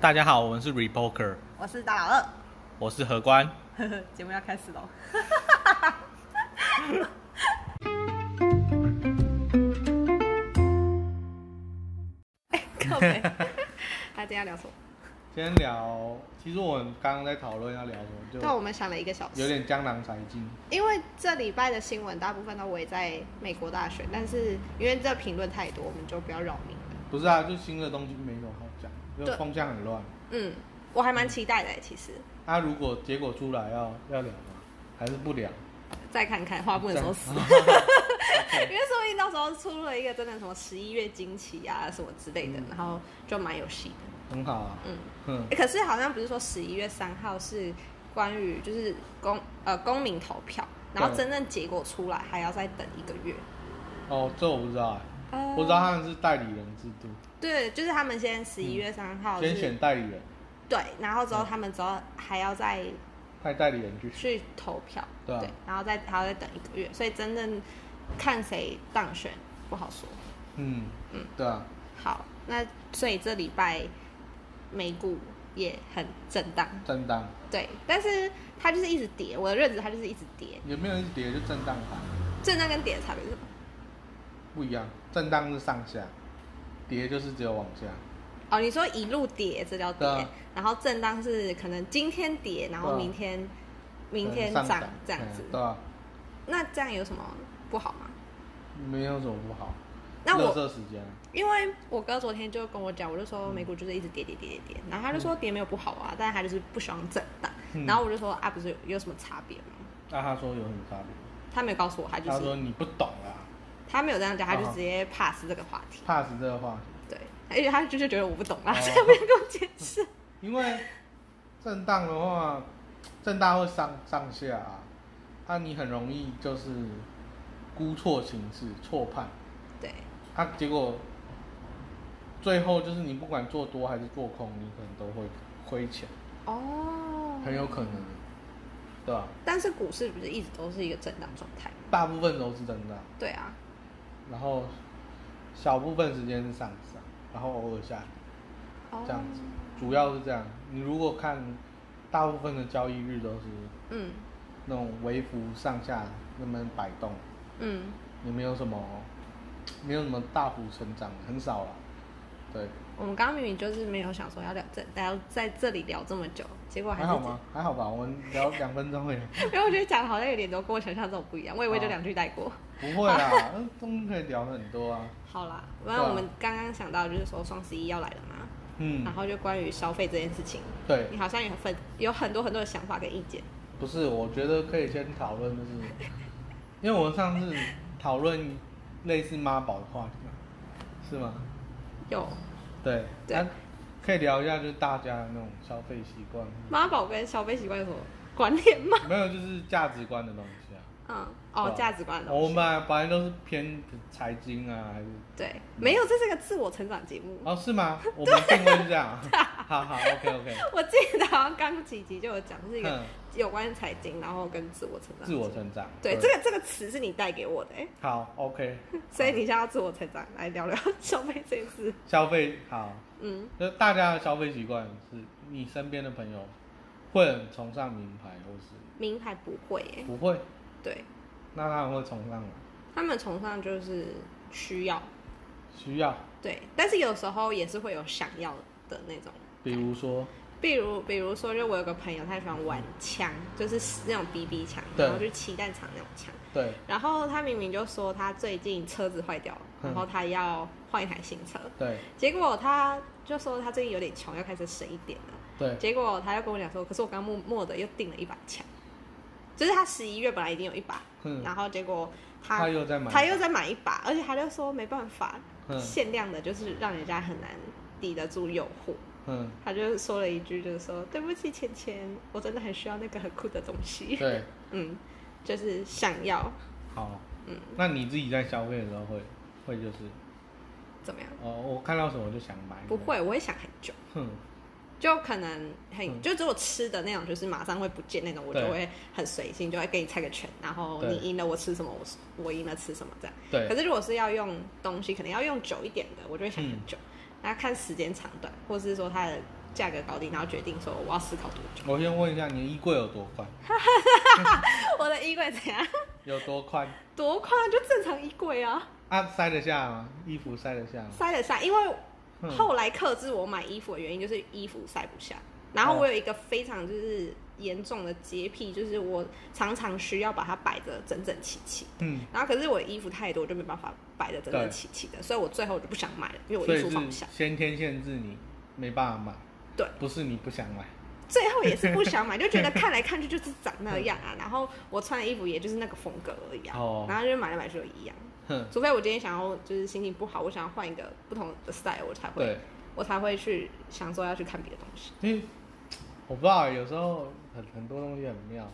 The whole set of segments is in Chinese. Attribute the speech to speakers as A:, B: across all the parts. A: 大家好，我们是 Repoker，
B: 我是大老二
A: 我是何官。
B: 呵呵， 节目要开始喽。哎，靠 北，那今天要聊什么？
A: 今天聊，其实我们刚刚在讨论要聊什
B: 对，我
A: 么，
B: 们想了一个小
A: 就有
B: 时，
A: 点江郎才尽。
B: 因为这礼拜的新闻大部分都围在美国大选，但是因为这评论太多，我们就不要扰民了。
A: 不是啊，就新的东西没什么好讲，就
B: 对
A: 风向很乱。
B: 嗯，我还蛮期待的、欸其实
A: 那、如果结果出来要要聊吗？还是不聊？
B: 再看看，话不能说死。因
A: OK
B: 为说不定到时候出了一个真的什么十一月惊奇啊什么之类的，
A: 嗯
B: 然后就蛮有戏的。
A: 很好啊。
B: 嗯，
A: 嗯
B: 欸可是好像不是说十一月三号是关于就是公呃公民投票，然后
A: 对
B: 真正结果出来还要再等一个月。
A: 哦，这我不知道哎、
B: 呃
A: 我知道他们是代理人制度，
B: 对，就是他们先十一月三号、
A: 嗯先选代理人，
B: 对，然后之后
A: 嗯
B: 他们之后还要再
A: 派代理人去选。
B: 去投票，
A: 对啊
B: 然后再还要再等一个月，所以真正看谁当选不好说。
A: 嗯
B: 嗯，
A: 对啊。
B: 好，那所以这礼拜美股也很震荡，
A: 震荡
B: 对，但是它就是一直跌，我的认知它就是一直跌，
A: 有没有一跌就震荡盘
B: 震荡跟跌的差别是什么？
A: 不一样，震荡是上下，跌就是只有往下。
B: 哦，你说一路跌，这叫跌，
A: 对啊
B: 然后震荡是可能今天跌，然后
A: 对啊
B: 明天、明天
A: 可能上
B: 涨这样子
A: 嗯，对吧、
B: 那这样有什么不好吗？
A: 没有什么不好。
B: 那我
A: 这时嗯间啊，
B: 因为我哥昨天就跟我讲，我就说美股就是一直跌跌跌跌跌，然后他就说跌没有不好啊，但是他就是不喜欢震荡，
A: 嗯
B: 然后我就说啊，不是有有什么差别吗？
A: 那他说有很差别，
B: 他没有告诉我，他就
A: 他
B: 是
A: 说你不懂啊啦
B: 他没有这样讲，他就
A: 哦
B: 直接 pass 这个话题。
A: ，pass 这个话，
B: 对，而且他就是觉得我不懂啊啦，
A: 哦
B: 所以他没有跟我解释。
A: 因为震荡的话，震荡会上上下啊，啊你很容易就是估错形势、错判，
B: 对，
A: 啊结果最后就是你不管做多还是做空，你可能都会亏钱，
B: 哦
A: 很有可能，对吧、
B: 但是股市不是一直都是一个震荡状态吗？
A: 大部分都是震荡，
B: 对啊，
A: 然后小部分时间是上涨，然后偶尔下跌。
B: 哦
A: 这样子，主要是这样。你如果看大部分的交易日都是
B: 嗯
A: 那种微幅上下那么摆动，
B: 嗯，
A: 也没有什么没有什么大幅成长，很少了。对，
B: 我们刚刚明明就是没有想说要聊这，要在这里聊这么久，结果还
A: 还
B: 是
A: 好 吗？还好吧，我们聊两分钟而已，
B: 因为我觉得讲得好像有点多，跟我想象中不一样，我以为就
A: 哦
B: 两句带 过。
A: 不会啦，那中间可以聊很多啊。
B: 好啦，
A: 对
B: 反
A: 啊
B: 正我们刚刚想到就是说双十一要来了嘛，
A: 嗯
B: 然，后就关于消费这件事情，
A: 对，
B: 你好像有很有很多很多的想法跟意见。
A: 不是，我觉得可以先讨论，就是因为我们上次讨论类似妈宝的话题嘛，是吗？
B: 有
A: 对，
B: 对
A: 那可以聊一下，就是大家的那种消费习 惯，
B: 妈宝跟消费习惯有什么关联吗？
A: 没有就是价值观的东西啊。
B: 嗯，
A: 对
B: 哦，
A: 啊
B: 价值观的
A: 我们
B: 东西。
A: 本来本来都是偏财经啊，还是
B: 对，没有，这是个自我成长节目。
A: 哦是吗？我们定位是这样啊，好好 OK OK，
B: 我记得好像刚几集就有讲是一个
A: 嗯，
B: 有关财经，然后跟自我成长。
A: 自我成长，
B: 对，这个这个词是你带给我的、欸，
A: 好 OK，
B: 所以你现在要自我成长，来聊聊消费这件事。
A: 消费好，
B: 嗯，
A: 就大家的消费习惯是你身边的朋友会很崇尚名牌，或是
B: 名牌不会、欸，
A: 不会，
B: 对
A: 那他们会崇尚吗？
B: 他们崇尚就是需要，
A: 需要，
B: 对，但是有时候也是会有想要的那种。
A: 比如说
B: 比如，比如说，就我有个朋友，他喜欢玩枪，就是那种 BB 枪，
A: 对
B: 然后就是气弹厂那种枪。
A: 对，
B: 然后他明明就说他最近车子坏掉了，
A: 嗯
B: 然后他要换一台新车，
A: 对
B: 结果他就说他最近有点穷，要开始省一点了。
A: 对，
B: 结果他又跟我讲说，可是我刚默默的又订了一把枪，就是他十一月本来已经有一把，
A: 嗯，
B: 然后结果
A: 他
B: 他
A: 又在买，
B: 啊他又再买一把，而且他就说没办法，
A: 嗯
B: 限量的就是让人家很难抵得住诱惑。
A: 嗯，
B: 他就说了一句，就是说对不起，钱钱，我真的很需要那个很酷的东西。
A: 对，
B: 嗯，就是想要，
A: 好，
B: 嗯，
A: 那你自己在消费的时候会会就是
B: 怎么样？
A: 哦，我看到什么我就想买，嗯
B: 不，会，我会想很久，
A: 哼，
B: 就可能很、
A: 嗯
B: 就只有吃的那种，就是马上会不见那种，我就
A: 对
B: 会很随性，就会给你猜个拳，然后
A: 对
B: 你赢了我吃什么，我我赢了吃什么这样。可
A: 对，
B: 是如果是要用
A: 嗯
B: 东西，可能要用久一点的，我就会想很久。那看时间长短，或是说它的价格高低，然后决定说我要思考多 久。
A: 我先问一下，你的衣柜有多宽？
B: 我的衣柜怎样？
A: 有多宽？
B: 多宽就正常衣柜啊，
A: 啊，塞得下吗？衣服塞得下吗？嗯
B: 塞得下。因为
A: 哼
B: 后来克制我买衣服的原因就是衣服塞不下，然后
A: 哦
B: 我有一个非常就是严重的洁癖，就是我常常需要把它摆得整整齐齐。
A: 嗯，
B: 然后可是我的衣服太多，就没办法摆得整整齐齐的，所以我最后我就不想买了，因为我
A: 所
B: 衣服
A: 以
B: 放不
A: 是
B: 下。
A: 先天限制你没办法买，
B: 对，
A: 不是你不想买，
B: 最后也是不想买，就觉得看来看去就是长那样啊， 然后我穿的衣服也就是那个风格而已啊，
A: 哦
B: 然后就买来买去都一样。
A: 哼，
B: 除非我今天想要就是心情不好，我想要换一个不同的 style，我才会
A: 对，
B: 我才会去想说要去看别的东西。
A: 因为我不知道，有时候很很多东西很妙。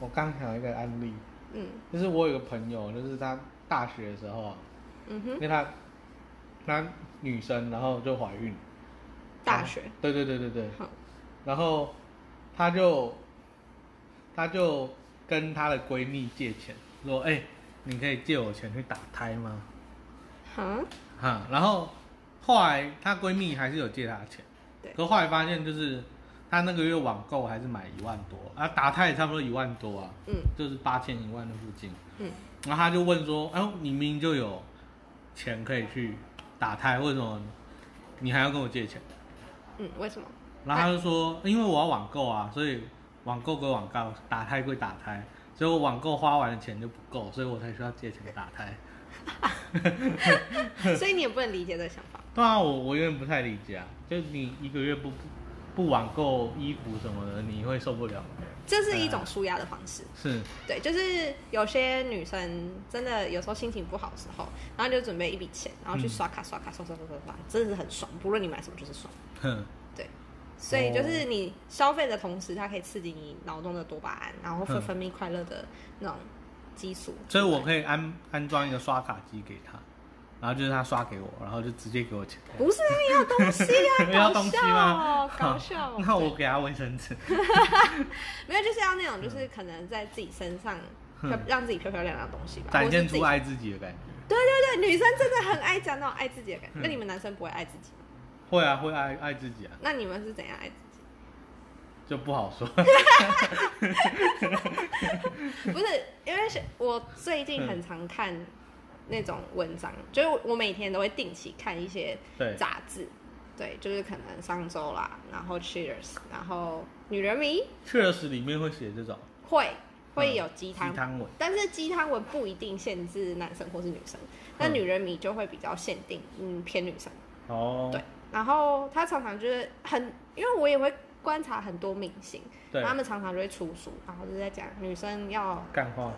A: 我刚想一个案例，
B: 嗯
A: 就是我有个朋友，就是他大学的时候啊，
B: 嗯哼，
A: 因为他他女生，然后就怀孕，
B: 大学，
A: 对对对对对，
B: 好，
A: 然后他就他就跟他的闺蜜借钱，说：“哎、你可以借我钱去打胎吗
B: 哈，？”
A: 哈，然后后来她闺蜜还是有借她钱，
B: 对
A: 可后来发现就是她那个月网购还是买一万多啊，打胎也差不多一万多啊，
B: 嗯
A: 就是八千一万的附近。
B: 嗯，
A: 然后他就问说：“哎、你明明就有钱可以去打胎，为什么你还要跟我借钱？”
B: 嗯，为 什么？
A: 然后他就说，因为我要网购啊，所以网购归网购，打胎归打胎，所以我网购花完的钱就不够，所以我才需要借钱打胎。
B: 所以你也不能理解这个想法。
A: 对啊，我我有点不太理解啊，就你一个月不不不网购衣服什么的，你会受不了吗。
B: 这是一种舒压的方式，
A: 是，
B: 对，就是有些女生真的有时候心情不好的时候，然后就准备一笔钱，然后去
A: 嗯
B: 刷卡刷卡刷刷刷刷刷，真的是很爽，不论你买什么就是爽。
A: 哼，
B: 对，所以就是你消费的同时，它可以刺激你脑中的多巴胺，然后会
A: 嗯
B: 分泌快乐的那种激素。
A: 所以我可以安安装一个刷卡机给他，然后就是他刷给我，然后就直接给我钱。
B: 不是啊，要东西
A: 要
B: 啊，搞
A: 东西
B: 笑
A: 吗
B: 哦，搞笑哦。
A: 那我给他卫生纸。
B: 没有就是要那种就是可能在自己身上
A: 嗯
B: 漂让自己漂漂亮亮的东西吧，
A: 展
B: 或
A: 现
B: 是自己
A: 出爱自己的感觉。
B: 对对对，女生真的很爱讲那种爱自己的感觉。
A: 嗯
B: 那你们男生不会爱自己吗？
A: 会啊，会爱爱自己啊，
B: 那你们是怎样爱自己？
A: 就不好 说。
B: 不是，因为是我最近很常看那种文章，就是我每天都会定期看一些
A: 对，
B: 杂志，对，就是可能上周啦，然后 Cheers，然后女人迷
A: 确实里面会写这种
B: 会
A: 嗯
B: 会有鸡
A: 鸡
B: 汤，
A: 汤文，
B: 但是鸡汤文不一定限制男生或是女生，但
A: 嗯
B: 女人迷就会比较限定，嗯，偏女生。
A: 哦，
B: 对，然后他常常就是很，因为我也会观察很多明星，
A: 对
B: 他们常常就会出书，然后就在讲女生要
A: 干话，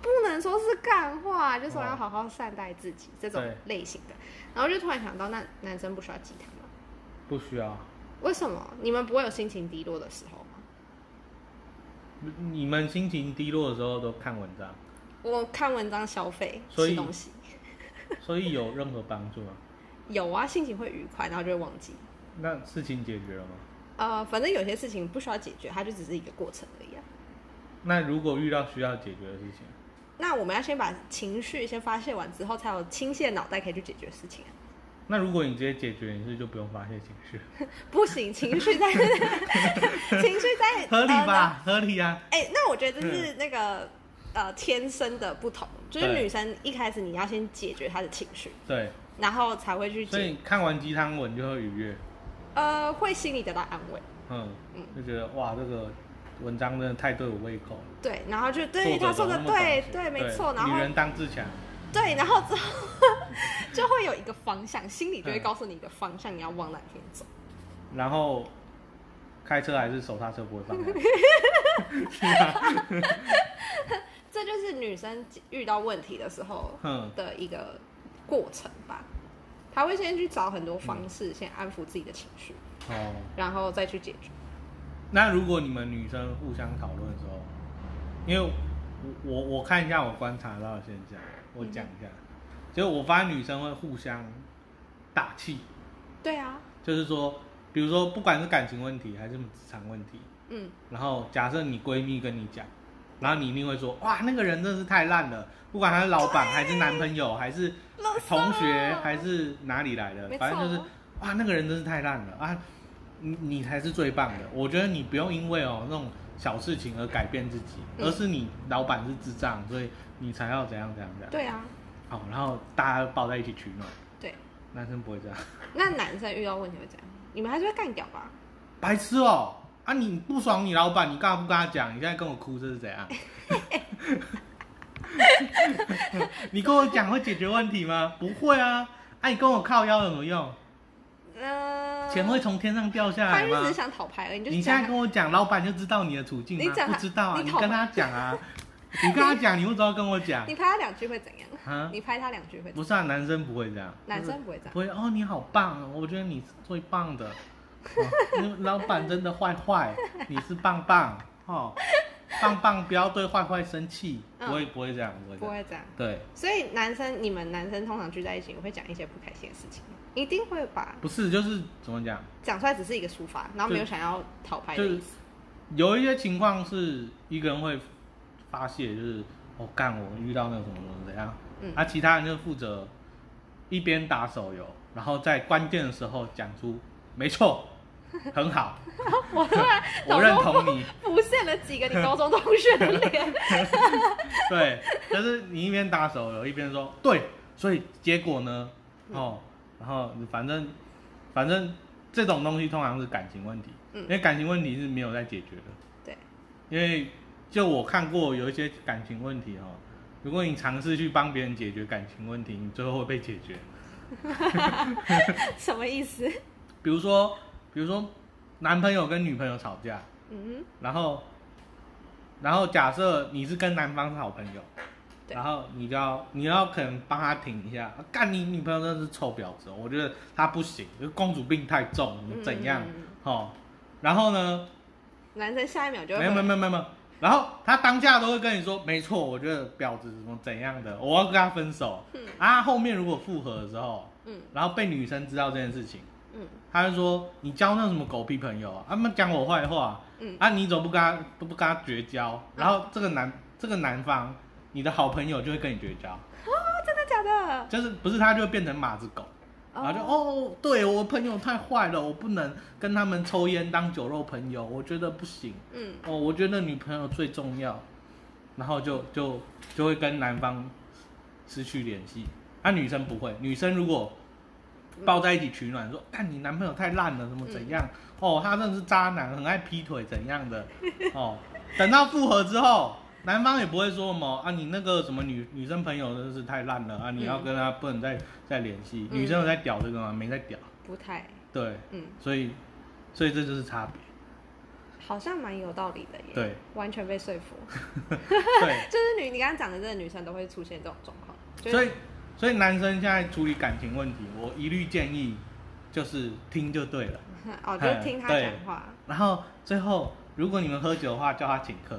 B: 不能说是干话，就说
A: 哦
B: 要好好善待自己、这种
A: 对
B: 类型的，然后就突然想到，那男生不需要鸡汤吗？
A: 不需要。
B: 为什么你们不会有心情低落的时候吗？
A: 你们心情低落的时候都看文章，
B: 我看文章消费
A: 所以
B: 吃东西，
A: 所以有任何帮助吗？
B: 有啊，心情会愉快，然后就会忘记。
A: 那事情解决了吗？
B: 呃，反正有些事情不需要解决，它就只是一个过程而已、啊。
A: 那如果遇到需要解决的事情，
B: 那我们要先把情绪先发泄完之后，才有倾泻脑袋可以去解决事情啊。
A: 那如果你直接解决，你是不是就不用发泄情绪，
B: 不行，情 绪在，情绪在
A: 合理？
B: 呃
A: 吧？合理啊。
B: 哎、那我觉得这是那个呃天生的不同，就是
A: 对
B: 女生一开始你要先解决她的情绪，
A: 对，
B: 然后才会去
A: 所
B: 解，
A: 以看完鸡汤文就会愉悦，
B: 呃，会心里得到安慰，
A: 嗯，
B: 嗯
A: 就觉得哇，这个文章真的太对我胃口了。
B: 对，然后就对她说
A: 作者
B: 的
A: 怎么那么
B: 对
A: 懂
B: 对
A: 写
B: 没错，然后
A: 女人当自强，
B: 对，然后之后 就会有一个方向，心里就会告诉你一个方向，你要往哪边走。
A: 然后开车还是手刹车不会放 开。
B: 这就是女生遇到问题的时候
A: 哼
B: 的一个过程吧。她会先去找很多方式，先安抚自己的情绪，
A: 哦，
B: 然后再去解决。
A: 那如果你们女生互相讨论的时候，因为我我我看一下我观察到的现象，我讲一下，就是我发现女生会互相打气，
B: 对啊，
A: 就是说，比如说不管是感情问题还是什么职场问题，
B: 嗯，
A: 然后假设你闺蜜跟你讲，然后你一定会说，哇，那个人真是太烂了，不管他是老板还是男朋友还是
B: 垃圾
A: 哎 同学还是哪里来的
B: 没，错
A: 反正就是哇，那个人真是太烂了啊！你你才是最棒的。我觉得你不用因为哦那种小事情而改变自己，
B: 嗯
A: 而是你老板是智障，所以你才要怎样怎样怎样。
B: 对啊，
A: 好，然后大家抱在一起取暖。
B: 对。
A: 男生不会这样，
B: 那男生遇到问题会怎样？你们还是会干掉吧？
A: 白痴哦、啊！你不爽你老板，你干嘛不跟他讲？你现在跟我哭这是怎 样？ 你跟我讲会解决问题吗？不会啊！啊，你跟我靠腰有什么用？
B: 嗯、
A: 钱会从天上掉下
B: 他
A: 来
B: 就
A: 吗
B: 只是？想讨牌而已，你就
A: 你现
B: 讲
A: 在跟我讲，老板就知道你的处境
B: 你
A: 啊，
B: 讲
A: 不知道啊，
B: 你
A: 你
B: 讨
A: 跟他讲 啊，你跟他讲，你为什么要跟我讲
B: 你拍他两句会怎样？
A: 啊？
B: 你拍他两句会怎
A: 不
B: 样？
A: 是啊，男生不会这样，
B: 男生不会这样
A: 不。会哦，你好棒哦，我觉得你是最棒的，哦你老板真的坏 坏，你是棒棒哦，棒棒，不要对坏坏生气，
B: 嗯
A: 不会不会这样，不会这
B: 不
A: 样，
B: 会这样。
A: 对，
B: 所以男生，你们男生通常聚在一起会讲一些不开心的事情吗，一定会吧？
A: 不是就是怎么讲，
B: 讲出来只是一个抒发，然后没有想要讨拍的意思。
A: 有一些情况是一个人会发泄，就是哦干我遇到那个什么什么怎样，
B: 嗯
A: 啊其他人就负责一边打手游，然后在关键的时候讲出没错，很 好，
B: 我突然
A: 我
B: 脑
A: 认
B: 中
A: 同你。
B: 浮现了几个你高中同学的脸，
A: 对，就是你一边打手游一边说对，所以结果呢，
B: 嗯
A: 哦，然后反正反正这种东西通常是感情问题，
B: 嗯
A: 因为感情问题是没有在解决的，
B: 对，
A: 因为就我看过有一些感情问题哦，如果你尝试去帮别人解决感情问题，你最后会被解决。
B: 什么意思？
A: 比如说，比如说男朋友跟女朋友吵架，
B: 嗯，
A: 然后，然后假设你是跟男方是好朋友，
B: 对
A: 然后你就要你要可能帮他挺一下，啊干你女朋友真的是臭婊子，哦我觉得她不行，就公主病太重，你怎样？
B: 嗯
A: 哦，然后呢？
B: 男生下一秒就会
A: 没有没有没有没有没有，然后他当下都会跟你说，没错，我觉得婊子怎么怎样的，我要跟他分手。
B: 嗯
A: 啊，后面如果复合的时候，
B: 嗯
A: 然后被女生知道这件事情，
B: 嗯
A: 他就说你交那什么狗屁朋友啊，他们讲我坏话，
B: 嗯
A: 啊，你怎么不跟他不不跟他绝交？然后这个男这个男方，你的好朋友就会跟你绝交，
B: 真的假的？
A: 就是不是他就会变成马子狗，然后就哦，对我朋友太坏了，我不能跟他们抽烟当酒肉朋友，我觉得不行，
B: 嗯，
A: 哦，我觉得女朋友最重要，然后就就就会跟男方失去联系。啊，女生不会，女生如果抱在一起取暖，说看你男朋友太烂了，怎么怎样？
B: 嗯
A: 哦，他真的是渣男，很爱劈腿怎样的？哦，等到复合之后，男方也不会说什么啊，你那个什么女女生朋友真是太烂了啊，你要
B: 嗯
A: 跟他不能再再联系。
B: 嗯
A: 女生有在屌这个吗？没在屌，
B: 不太，
A: 对，
B: 嗯，
A: 所以所以这就是差别，
B: 好像蛮有道理的耶。
A: 对，
B: 完全被说服。
A: 对。
B: 就是女，你刚刚讲的这个女生都会出现这种状况，就是
A: 所以，所以男生现在处理感情问题，我一律建议就是听就对了。
B: 哦，就是听他
A: 对
B: 讲话，
A: 然后最后，如果你们喝酒的话，叫他请 客。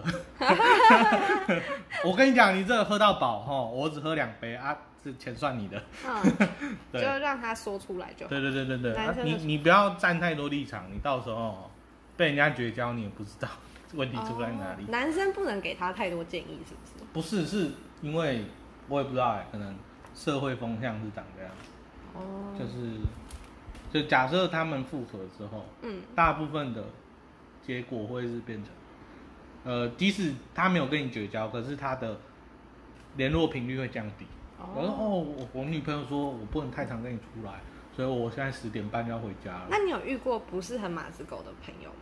A: 我跟你讲，你这个喝到饱哈，吼我只喝两杯啊，这钱算你的。
B: 嗯，就
A: 对
B: 让他说出来就好。
A: 对对对对对，
B: 男
A: 啊
B: 生的
A: 你你不要站太多立场，你到时候被人家绝交，你也不知道问题出在哪里。
B: 哦男生不能给他太多建议，是不是？
A: 不是，是因为我也不知道哎、可能社会风向是长这样，
B: 哦，
A: 就是就假设他们复合之后。
B: 嗯
A: 大部分的结果会是变成，呃，即使他没有跟你绝交，可是他的联络频率会降低。我说
B: 哦，
A: 哦，我我女朋友说我不能太常跟你出来，所以我现在十点半就要回家了。
B: 那你有遇过不是很马子狗的朋友吗？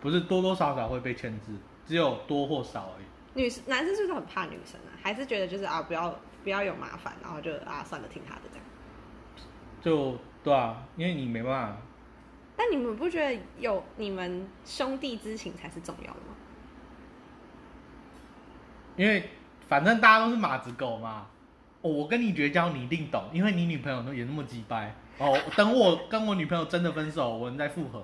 A: 不是多多少少会被牵制，只有多或少而已。
B: 女生男生是不是很怕女生啊？还是觉得就是啊不要不要有麻烦，然后就啊算了听他的这样？
A: 就对啊，因为你没办法，
B: 但你们不觉得有你们兄弟之情才是重要的吗？
A: 因为反正大家都是马子狗嘛。哦，我跟你绝交，你一定懂，因为你女朋友也那么鸡掰。哦，等我跟我女朋友真的分手，我们再复合，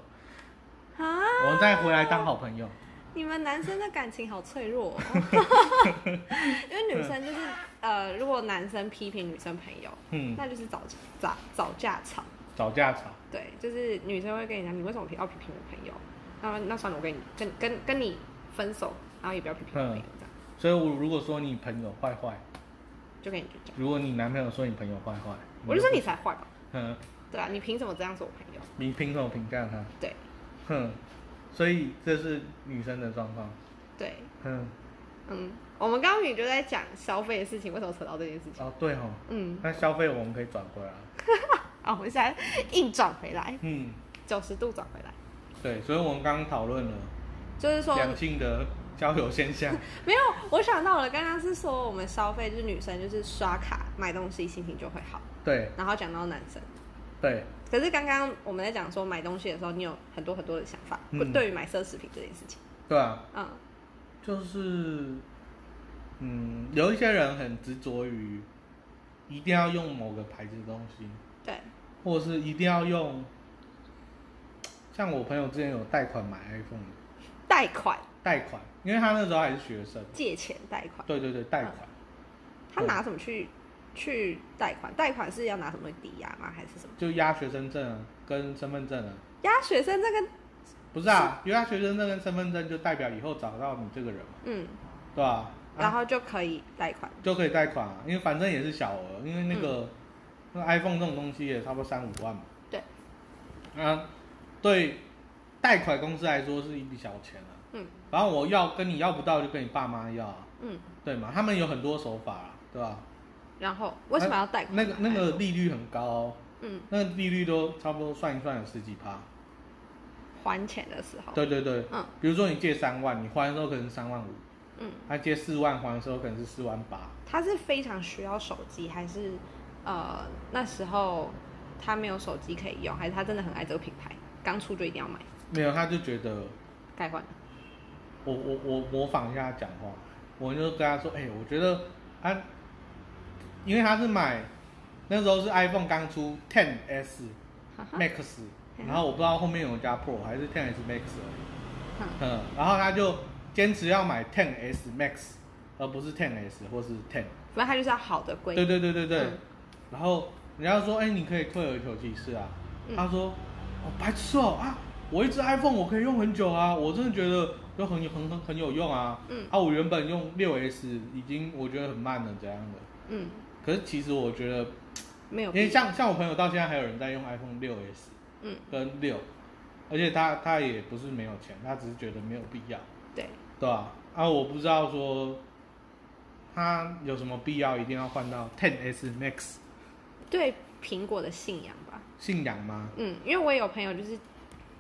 B: 啊，
A: 我们再回来当好朋友。
B: 你们男生的感情好脆弱、哦，哦 因为女生就是呃，如果男生批评女生朋友，
A: 嗯，
B: 那就是找找找架吵。
A: 找架吵，
B: 对，就是女生会跟你讲，你为什么要批评我朋友？那那算了，我跟你跟跟跟你分手，然后也不要批评我朋友，这样
A: 所以我如果说你朋友坏坏，
B: 就跟你绝交。
A: 如果你男朋友说你朋友坏坏，
B: 我就说你才坏吧，
A: 嗯，
B: 对啊，你凭什么这样说我朋友？
A: 你凭什么评价他？
B: 对
A: 哼，所以这是女生的状况。
B: 对，
A: 哼，
B: 嗯，我们刚刚你就在讲消费的事情，为什么扯到这件事情？
A: 哦对哦，
B: 嗯，
A: 那消费我们可以转过来。
B: 啊，我们现在硬转回来，
A: 嗯，
B: 九十度转回来，
A: 对，所以我们刚刚讨论了
B: 就是说
A: 两性的交友现象。
B: 没有，我想到了，刚刚是说我们消费就是女生就是刷卡买东西心情就会好，
A: 对
B: 然后讲到男生，
A: 对，
B: 可是刚刚我们在讲说买东西的时候，你有很多很多的想法，
A: 嗯
B: 对于买奢侈品这件事情，
A: 对啊，
B: 嗯
A: 就是，嗯，有一些人很执着于一定要用某个牌子的东西，
B: 对，
A: 或者是一定要用，像我朋友之前有贷款买 iPhone，
B: 贷款
A: 贷款，因为他那时候还是学生，
B: 借钱贷款，
A: 对对对，贷款，
B: 他拿什么去去贷款？贷款是要拿什么抵押吗？啊还是什么？
A: 就押学生证啊，跟身份证啊，
B: 压学生这个，
A: 不是啊，因为他学生证跟身份证就代表以后找到你这个人嘛，
B: 嗯，
A: 对吧、啊？
B: 然后就可以贷款，
A: 就可以贷款啊，因为反正也是小额，因为那个、那 iPhone 这种东西也差不多三五万嘛。
B: 嗯对。
A: 啊，对，贷款公司来说是一笔小钱啊。
B: 嗯
A: 反正我要跟你要不到就跟你爸妈要啊，
B: 嗯，
A: 对嘛？他们有很多手法啊，对吧？
B: 然后为什么要贷款、啊
A: 那
B: 哎
A: 个那个，利率很高、哦，
B: 嗯，
A: 那个利率都差不多算一算有十几趴。
B: 还钱的时候，
A: 对对对，
B: 嗯
A: 比如说你借三万，你还的时候可能三万五，
B: 嗯。
A: 他借四万还的时候可能是四万八。
B: 他是非常需要手机，还是呃那时候他没有手机可以用，还是他真的很爱这个品牌，刚出就一定要买，
A: 没有，他就觉得
B: 该换了。
A: 我我我模仿一下他讲话，我就跟他说，哎、我觉得他，因为他是买那时候是 iPhone 刚出 Ten S
B: 哈哈
A: Max，然后我不知道后面有加 Pro 还是 Ten S Max，
B: 嗯
A: 嗯，然后他就坚持要买 Ten S Max，而不是 Ten S 或是 Ten，
B: 反正他就是要好的规
A: 对对
B: 格。
A: 对对对，
B: 嗯
A: 然后人家说，哎、你可以退而求其次啊，
B: 嗯
A: 他说，哦，白痴哦啊，我一只 iPhone 我可以用很久啊，我真的觉得就很很很很有用啊，
B: 嗯
A: 啊，我原本用六 S 已经我觉得很慢了，怎样的？
B: 嗯，
A: 可是其实我觉得，
B: 没有
A: 因
B: 必要。
A: 为像像我朋友到现在还有人在用 iPhone 六 S
B: 嗯，
A: 跟六，而且他他也不是没有钱，他只是觉得没有必要，
B: 对，
A: 对吧、啊？我不知道说他有什么必要一定要换到 Ten S Max
B: 对苹果的信仰吧。
A: 信仰吗？
B: 嗯，因为我也有朋友就是，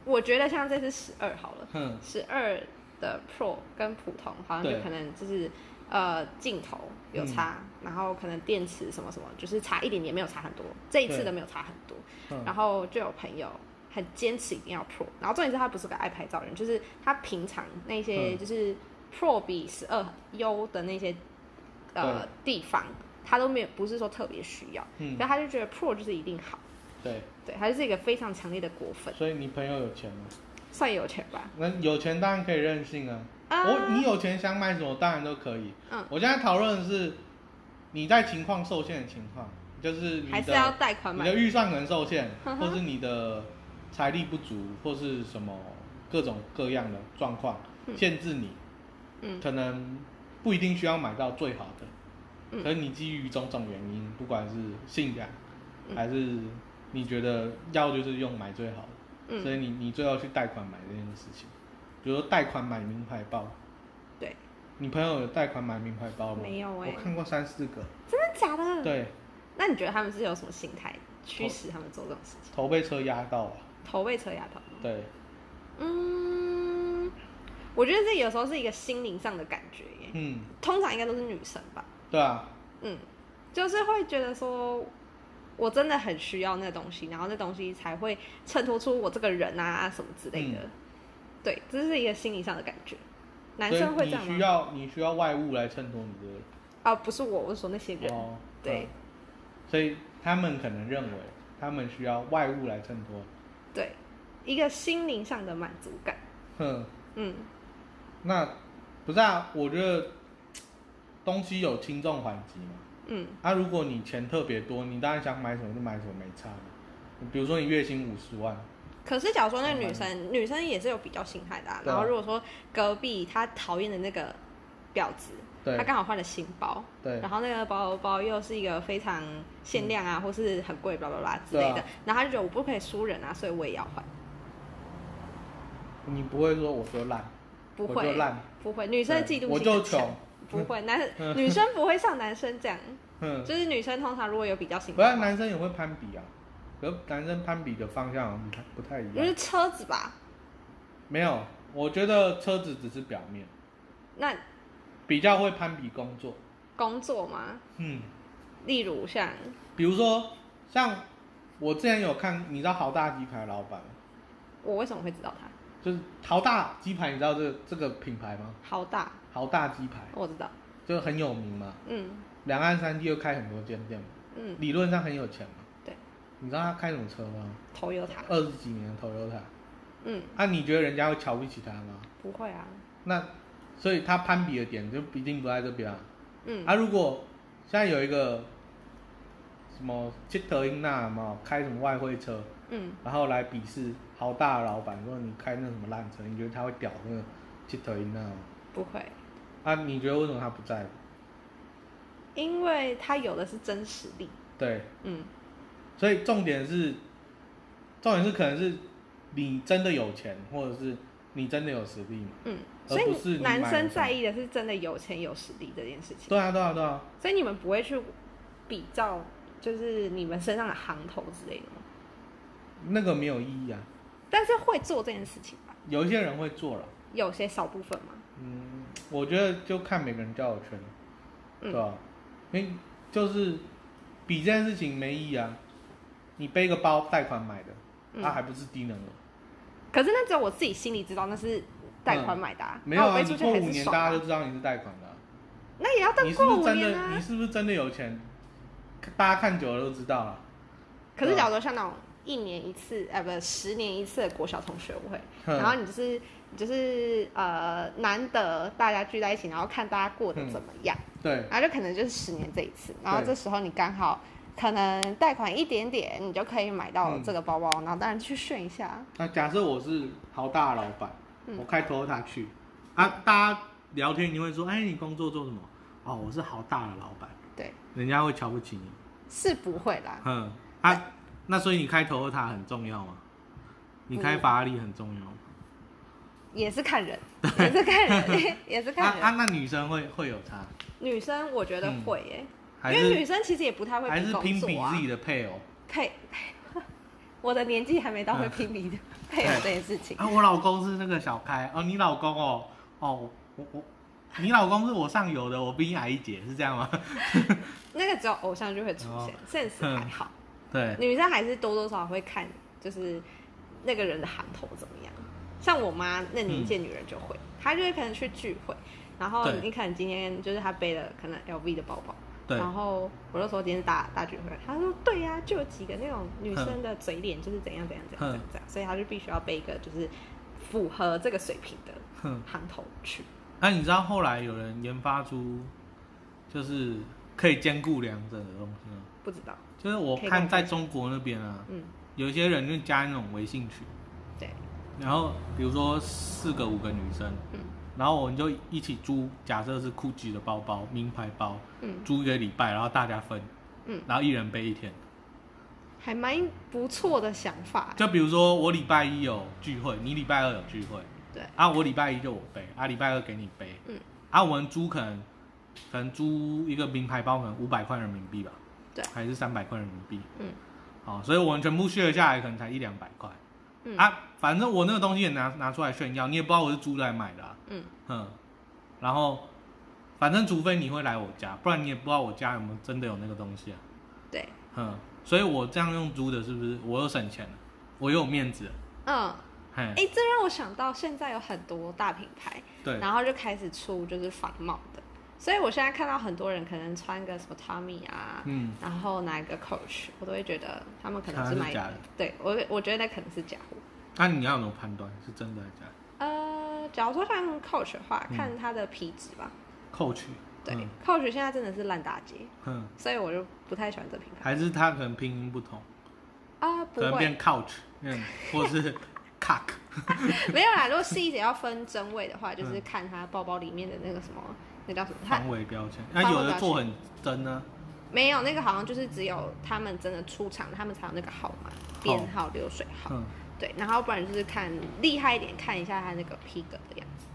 B: 我觉得像这次十二好了，
A: 哼，
B: 十二的 Pro 跟普通好像就
A: 对
B: 可能就是呃镜头有差，然后可能电池什么什么，就是差一点点，没有差很多。这一次
A: 对
B: 的没有差很多，
A: 嗯
B: 然后就有朋友很坚持一定要 Pro，然后重点是他不是个爱拍照的人，就是他平常那些
A: 嗯
B: 就是 Pro 比十二优的那些呃地方，他都没有不是说特别需要，
A: 嗯
B: 然后他就觉得 Pro 就是一定好，
A: 对，
B: 对，他就是一个非常强烈的果粉，
A: 所以你朋友有钱吗？
B: 算有钱吧。
A: 那有钱当然可以任性啊。
B: 啊
A: 我你有钱想买什么当然都可以。
B: 嗯
A: 我现在讨论的是你在情况受限的情况，就是你
B: 还是要
A: 的
B: 贷款
A: 你
B: 买
A: 的预算可能受限，
B: 嗯
A: 或
B: 哼
A: 是你的财力不足，或是什么各种各样的状况
B: 嗯
A: 限制你，
B: 嗯
A: 可能不一定需要买到最好的。
B: 嗯
A: 可是你基于种种原因，不管是信仰，
B: 嗯
A: 还是你觉得要就是用买最好的，
B: 嗯
A: 所以你你最后去贷款买这件事情，比如说贷款买名牌包，
B: 对，
A: 你朋友有贷款买名牌包吗？
B: 没有欸
A: 哦
B: 嗯
A: 我看过三四个，
B: 真的假的？。
A: 对，哦
B: 那你觉得他们是有什么心态驱使他们做这种事情？
A: 头被车压到啊，
B: 头被车压头？
A: 对，
B: 嗯，我觉得这有时候是一个心灵上的感觉耶。
A: 嗯，
B: 通常应该都是女生吧？
A: 对啊，
B: 嗯，就是会觉得说，我真的很需要那东西，然后那东西才会衬托出我这个人啊什么之类的。
A: 嗯
B: 对，这是一个心理上的感觉。男
A: 所以
B: 生会这
A: 你
B: 样
A: 需
B: 吗？
A: 要你需要外物来衬托你的
B: 啊，不是我，我是说那些人。
A: 哦，
B: 对
A: 嗯所以他们可能认为他们需要外物来衬托，
B: 对，一个心灵上的满足感。
A: 哼，
B: 嗯，
A: 那不是啊，我觉得东西有轻重缓急嘛。
B: 嗯，
A: 啊，如果你钱特别多，你当然想买什么就买什么，没差嘛。比如说你月薪五十万，
B: 可是，假如说那个女生，女生也是有比较心态的、啊。
A: 哦对啊
B: 然后，如果说隔壁她讨厌的那个婊子，
A: 对
B: 他刚好换了新包，
A: 对
B: 然后那个包包又是一个非常限量啊，或是很贵，巴拉巴拉之类
A: 嗯对
B: 的，
A: 啊
B: 然后他就觉得我不可以输人啊，所以我也要换，
A: 你不会说我就烂，
B: 不
A: 我就
B: 会，
A: 烂，
B: 不会，女生的
A: 对
B: 嫉妒
A: 我
B: 心
A: 就
B: 很强
A: 穷，
B: 不 会，男女生不会像男生这样，
A: 嗯，
B: 就是女生通常如果有比较心
A: 不然
B: 的话
A: 男生也会攀比啊，可是男生攀比的方向好像不太不太一
B: 就是
A: 样。
B: 车子吧，
A: 没有，我觉得车子只是表面，
B: 那
A: 比较会攀比工作。
B: 工作嘛，
A: 嗯，
B: 例如像
A: 比如说像我之前有看，你知道豪大鸡排老板，
B: 我为什么会知道他
A: 就是豪大鸡排，你知道这这个品牌吗？
B: 好大，
A: 豪大鸡排
B: 我知道，
A: 就很有名嘛，
B: 嗯
A: 两岸三地又开很多间店嘛，
B: 嗯，
A: 理论上很有钱嘛。
B: 对，
A: 你知道他开什么车吗？
B: 头有他，
A: 二十几年的 Toyota，
B: 嗯，
A: 那、你觉得人家会瞧不起他吗？
B: 不会啊，
A: 那所以他攀比的点就一定不在这边啊。
B: 嗯
A: 啊，如果现在有一个什么切特英纳嘛，开什么外汇车，
B: 嗯，
A: 然后来鄙视豪大的老板说你开那什么烂车，你觉得他会屌那个切特英纳吗？
B: 不会，
A: 啊，你觉得为什么他不在乎？
B: 因为他有的是真实力，
A: 对，
B: 嗯
A: 所以重点是，重点是可能是你真的有钱，或者是你真的有实力嘛？
B: 嗯，
A: 而
B: 所
A: 不是你
B: 以男
A: 买
B: 生
A: 了什
B: 在
A: 么
B: 意的是真的有钱有实力这件事情，
A: 对啊，对啊，对啊。
B: 所以你们不会去比较，就是你们身上的行头之类的吗？
A: 那个没有意义啊。
B: 但是会做这件事情吧，
A: 有一些人会做了，
B: 有些少部分嘛，
A: 嗯，我觉得就看每个人交友圈，对
B: 嗯
A: 吧、因为就是比这件事情没意义啊。你背个包贷款买的，它、
B: 嗯
A: 还不是低能儿，
B: 可是那只有我自己心里知道那是贷款买的、啊
A: 没有
B: 那我
A: 啊？
B: 背
A: 你
B: 出去
A: 过
B: 还
A: 五
B: 是
A: 年，
B: 爽、
A: 大家
B: 啊
A: 都。知道你是贷款的啊、
B: 那也要到
A: 你是
B: 过
A: 不
B: 五
A: 是真
B: 年
A: 的？
B: 啊
A: 你。是不是真的有钱？大家看久了都知道了。
B: 可是假如说像那种一年一次，呃，不，十年一次的国小同学会，
A: 哼
B: 然后你就是你就是呃，难得大家聚在一起，然后看大家过得怎么样，
A: 对
B: 然后就可能就是十年这一次，然后
A: 对
B: 这时候你刚好可能贷款一点点，你就可以买到
A: 嗯
B: 这个包包，然后当然去炫一下，
A: 那假设我是豪大的老板，
B: 嗯
A: 我开 Toyota 去啊，大家聊天你会说，哎，你工作做什么？哦，我是豪大的老板，
B: 对，
A: 人家会瞧不起你。
B: 是不会啦，
A: 嗯啊，那所以你开 Toyota 很重要吗？你
B: 嗯
A: 开法拉利很重要吗？
B: 也是 看人，也是看人， 也是
A: 啊
B: 看人。
A: 啊，那女生会会有差，
B: 女生我觉得会耶、
A: 嗯还
B: 因为女
A: 是
B: 生其实也不太会
A: 还是
B: 工
A: 拼比
B: 作啊
A: 自。己的配偶？
B: 配， 我的年纪还没到会拼比的
A: 嗯
B: 配偶这件事情。
A: 啊，我老公是那个小开哦，你老公哦哦，我我你老公是我上游的，我比你矮一截，是这样吗？
B: 那个只有偶像剧会出现
A: 哦，
B: 现实还好。
A: 对，
B: 女生还是多多少少会看，就是那个人的行头怎么样。像我妈那年纪的女人就会，她就会可能去聚会，然后
A: 对
B: 你可能今天就是她背了可能 LV 的包包，
A: 对
B: 然后我就说今天是大大聚会，她说对呀、就有几个那种女生的嘴脸就是怎样怎样怎样怎样怎样，所以她就必须要背一个就是符合这个水平的
A: 哼。
B: 行头去。
A: 那、你知道后来有人研发出就是可以兼顾两者的东西吗？
B: 不知道，
A: 就是我
B: 可以
A: 看
B: 共
A: 在中国那边啊，
B: 嗯，
A: 有一些人就加那种微信群，
B: 对，
A: 然后比如说四个五个女生，
B: 嗯
A: 然后我们就一起租，假设是 GUCCI 的包包、名牌包，
B: 嗯
A: 租一个礼拜，然后大家分，
B: 嗯，
A: 然后一人背一天。
B: 还蛮不错的想法，
A: 就比如说我礼拜一有聚会，你礼拜二有聚会，
B: 对，
A: 啊，我礼拜一就我背，啊，礼拜二给你背，
B: 嗯，
A: 啊，我们租可能可能租一个名牌包，可能五百块人民币吧，
B: 对
A: 还是三百块人民币，
B: 嗯
A: 好、所以我们全部 share 下来可能才一两百块，
B: 嗯
A: 啊，反正我那个东西也拿拿出来炫耀，你也不知道我是租来买的、啊，
B: 嗯
A: 嗯，然后反正除非你会来我家，不然你也不知道我家有没有真的有那个东西啊，
B: 对，
A: 嗯，所以我这样用租的是不是我又省钱了，我又有面子了，
B: 嗯。
A: 嘿
B: 哎、，这让我想到现在有很多大品牌，
A: 对，
B: 然后就开始出就是仿冒的，所以我现在看到很多人可能穿个什么 Tommy 啊，
A: 嗯，
B: 然后拿一个 Coach，我都会觉得他们可能
A: 它是
B: 买，
A: 假的
B: 对我我觉得那可能是假货。
A: 那、你要怎么判断是真的还是假的
B: 呃，假如说像 Coach 的话，
A: 嗯
B: 看它的皮质吧，
A: ？Coach，
B: 对、
A: 嗯
B: c o a c h 现在真的是烂大街，
A: 嗯，
B: 所以我就不太喜欢这品牌
A: 还是他可能拼音不同，
B: 啊、不
A: 可能
B: 会，
A: 变 couch，嗯，或是 cock， 嗯
B: 没有啦，如果细一点要分真伪的话，就是看它包包里面的那个什么那叫什么？他
A: 防伪标签，那有的做很真啊呢、
B: 没有那个好像就是只有他们真的出场，他们才有那个号码编号流水号。
A: 嗯，
B: 对，然后不然就是看厉害一点，看一下他那个皮革的样子。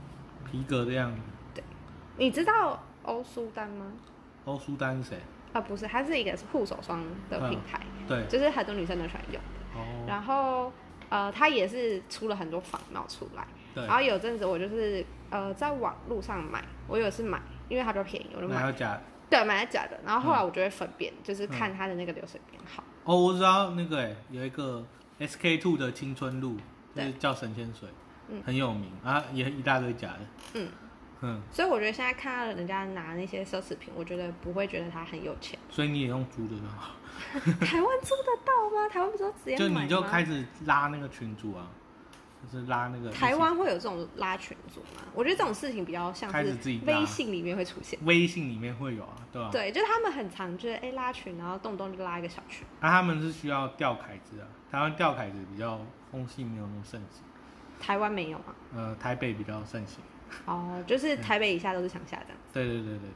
A: 皮革的样子。
B: 你知道欧舒丹吗？
A: 欧舒丹是谁？
B: 啊，不是，它是一个护手霜的品牌，
A: 嗯对，
B: 就是很多女生都喜欢用。
A: 哦，
B: 然后呃，它也是出了很多仿冒出来。
A: 对
B: 然，后有阵子我就是呃在网路上买，我有一次买，因为它比较便宜，我就
A: 那还
B: 买。
A: 有假的
B: 对，买了假的。然后
A: 嗯
B: 后来我就会分辨，就是看它的那个流水编号。
A: 哦，我知道那个哎、有一个 SK two 的青春露，就是
B: 对
A: 叫神仙水，
B: 嗯
A: 很有名啊，也一大堆假的，
B: 嗯
A: 嗯，
B: 所以我觉得现在看到人家拿那些奢侈品，我觉得不会觉得他很有钱。
A: 所以你也用租的就好，
B: 台湾租得到吗？台湾不是都直接
A: 就
B: 买
A: 你就
B: 吗
A: 开始拉那个群主啊，就是拉那个
B: 台湾会有这种拉群组吗？我觉得这种事情比较像
A: 开
B: 是
A: 始自己拉
B: 微信里面会出现。
A: 微信里面会有啊，对吧、
B: 对，就是他们很常就是哎、拉群，然后动不动就拉一个小群。
A: 啊，他们是需要吊凯子啊，台湾吊凯子比较风气没有那么盛行，
B: 台湾没有啊，
A: 呃，台北比较盛行，
B: 哦，就是台北以下都是乡下这样。
A: 对对对对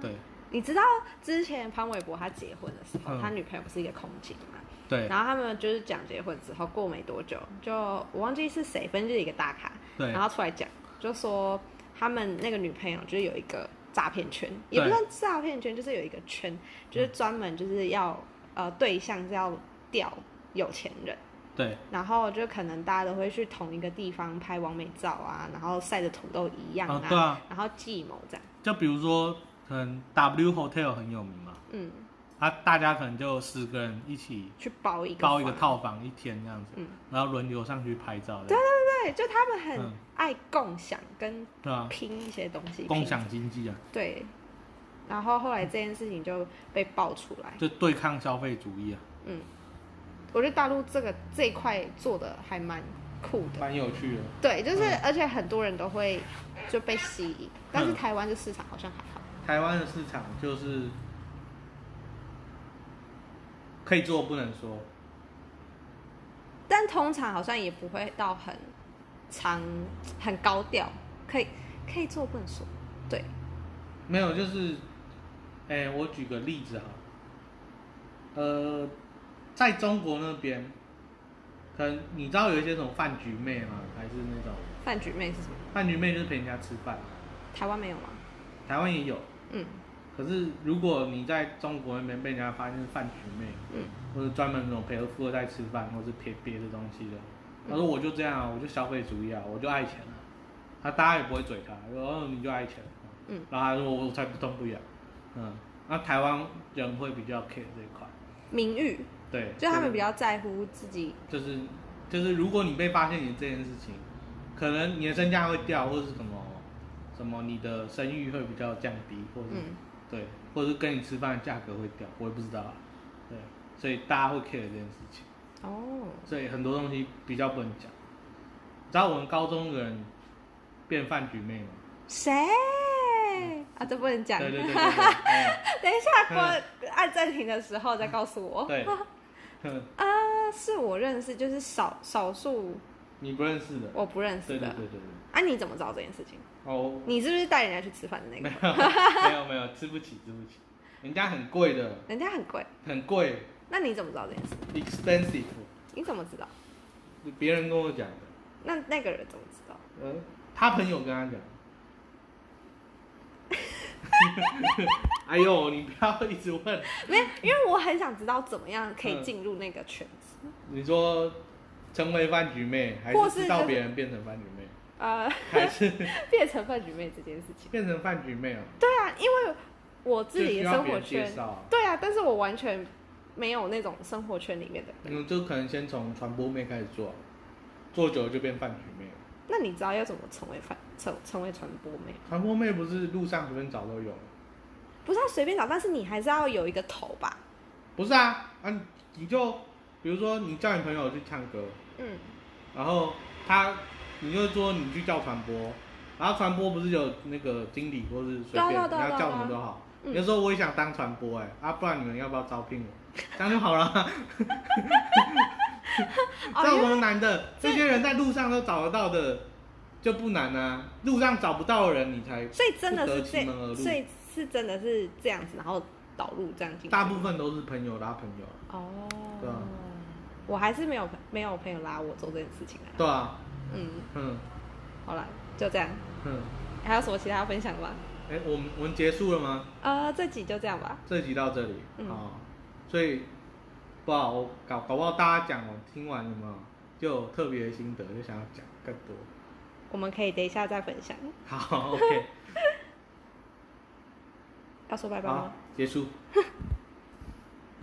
A: 对、对
B: 你知道之前潘玮柏他结婚的时候，
A: 嗯
B: 他女朋友不是一个空姐嘛？
A: 对
B: 然后他们就是讲结婚之后，过没多久，就我忘记是谁，反正就是一个大咖，
A: 对
B: 然后出来讲，就说他们那个女朋友就是有一个诈骗圈，也不
A: 对
B: 算诈骗圈，就是有一个圈，就是专门就是要呃对象是要钓有钱人，
A: 对
B: 然后就可能大家都会去同一个地方拍完美照啊，然后晒的土豆一样
A: 啊对啊
B: 然后计谋这样，
A: 就比如说可能 W Hotel 很有名嘛。
B: 嗯，
A: 啊，大家可能就十个人一起
B: 去包一个
A: 包一个
B: 房
A: 套房一天这样子，
B: 嗯
A: 然后轮流上去拍照这样，
B: 对，啊就他们很
A: 嗯
B: 爱共享跟
A: 对啊，
B: 拼一些东西，
A: 共
B: 拼
A: 享经济啊，
B: 对，然后后来这件事情就被爆出来。
A: 就对抗消费主义啊，
B: 嗯，我觉得大陆这个这一块做的还蛮酷的。
A: 蛮有趣的。
B: 对，就是、
A: 嗯
B: 而且很多人都会就被吸引，但是
A: 嗯
B: 台湾的市场好像还好。
A: 台湾的市场就是可以做不能说，
B: 但通常好像也不会到很长、很高调，可以可以做不能说。对，
A: 没有就是，哎、我举个例子哈，呃，在中国那边，可能你知道有一些什么饭局妹吗？还是那种
B: 饭局妹是什么？
A: 饭局妹就是陪人家吃饭，
B: 台湾没有吗？
A: 台湾也有。
B: 嗯
A: 可是如果你在中国那边被人家发现是饭局妹，
B: 嗯，
A: 或者专门那种陪富二代吃饭，或者陪别的东西的，
B: 嗯
A: 他说我就这样啊，我就消费主义啊，我就爱钱啊，他大家也不会嘴他，说哦你就爱钱，
B: 嗯，
A: 然后他说我才不痛不痒，嗯，那台湾人会比较 care 这一块，
B: 名誉，
A: 对，
B: 就他们比较在乎自己。
A: 就是就是如果你被发现你这件事情，可能你的身价会掉，或是什么什么你的声誉会比较降低，或是、
B: 嗯
A: 对，或者是跟你吃饭的价格会掉，我也不知道啊。对，所以大家会 care 这件事情，
B: 哦，
A: 所以很多东西比较不能讲。你知道我们高中有人变饭局妹吗？
B: 谁啊？这不能讲。
A: 对对对对对，哎
B: 等一下，我按暂停的时候再告诉 我。
A: 对，哼
B: 啊，是我认识，就是少少数
A: 你不认识的，
B: 我不认
A: 对对
B: 识的。
A: 对对对，
B: 啊，你怎么知道这件事情？
A: 哦，
B: 你是不是带人家去吃饭的那
A: 没
B: 个？
A: 有没有没有，吃不起吃不起，人家很贵的，
B: 人家很贵，
A: 很贵
B: 那你怎么知道这件事？
A: ，expensive，
B: 你怎么知道？
A: 别人跟我讲的，
B: 那那个人怎么知道？
A: 呃，他朋友跟他讲。哎呦，你不要一直问。
B: 没有，因为我很想知道怎么样可
A: 嗯
B: 以进入那个圈子。
A: 你说成为饭局妹，还
B: 或
A: 是
B: 是
A: 知道
B: 就是
A: 别人变成饭局妹，
B: 呃，
A: 还是
B: 变成饭局妹这件事情。
A: 变成饭局妹哦？
B: 对啊，因为我 自
A: 就
B: 己
A: 需
B: 的
A: 要
B: 生
A: 别
B: 活
A: 人介
B: 圈，
A: 绍啊。
B: 对啊，但是我完全没有那种生活圈里面的人。
A: 嗯，就可能先从传播妹开始做，做久了就变饭局妹了。
B: 那你知道要怎么成为饭成成为传播妹？
A: 传播妹不是路上随便找都有吗？
B: 不是要随便找，但是你还是要有一个头吧。
A: 不是啊，啊，你就比如说你叫你朋友去唱歌，
B: 嗯，
A: 然后他，你就说你去叫传播，然后传播不是有那个经理或是随便，你
B: 对啊
A: 要
B: 对啊对啊
A: 叫什
B: 对
A: 么
B: 啊
A: 都好。
B: 嗯
A: 你就说我也想当传播哎、啊，不然你们要不要招聘 我？这样就好了。
B: 哦
A: 这有
B: 因
A: 什
B: 哦
A: 哦
B: 为
A: 么难的？这些人在路上都找得到的。就不难啊。路上找不到的人，你才
B: 所以真的
A: 不
B: 是
A: 得其
B: 这
A: 门而，入
B: 所以是真的是这样子，然后导入这样进去。
A: 大部分都是朋友拉朋友啊，
B: 哦，
A: 对啊
B: 我还是没有朋没有朋友拉我做这件事情啊。
A: 对啊，
B: 嗯，
A: 嗯
B: 好了，就这样。
A: 嗯。
B: 还有什么其他要分享的吗？
A: 哎、我们我们结束了吗？
B: 呃，这集就这样吧。
A: 这集到这里啊、
B: 嗯
A: 哦所以不好，我搞搞不好大家讲我听完有没有就有特别的心得，就想要讲更多。
B: 我们可以等一下再分享。
A: 好，OK，
B: 要说拜拜吗
A: 好？，结束。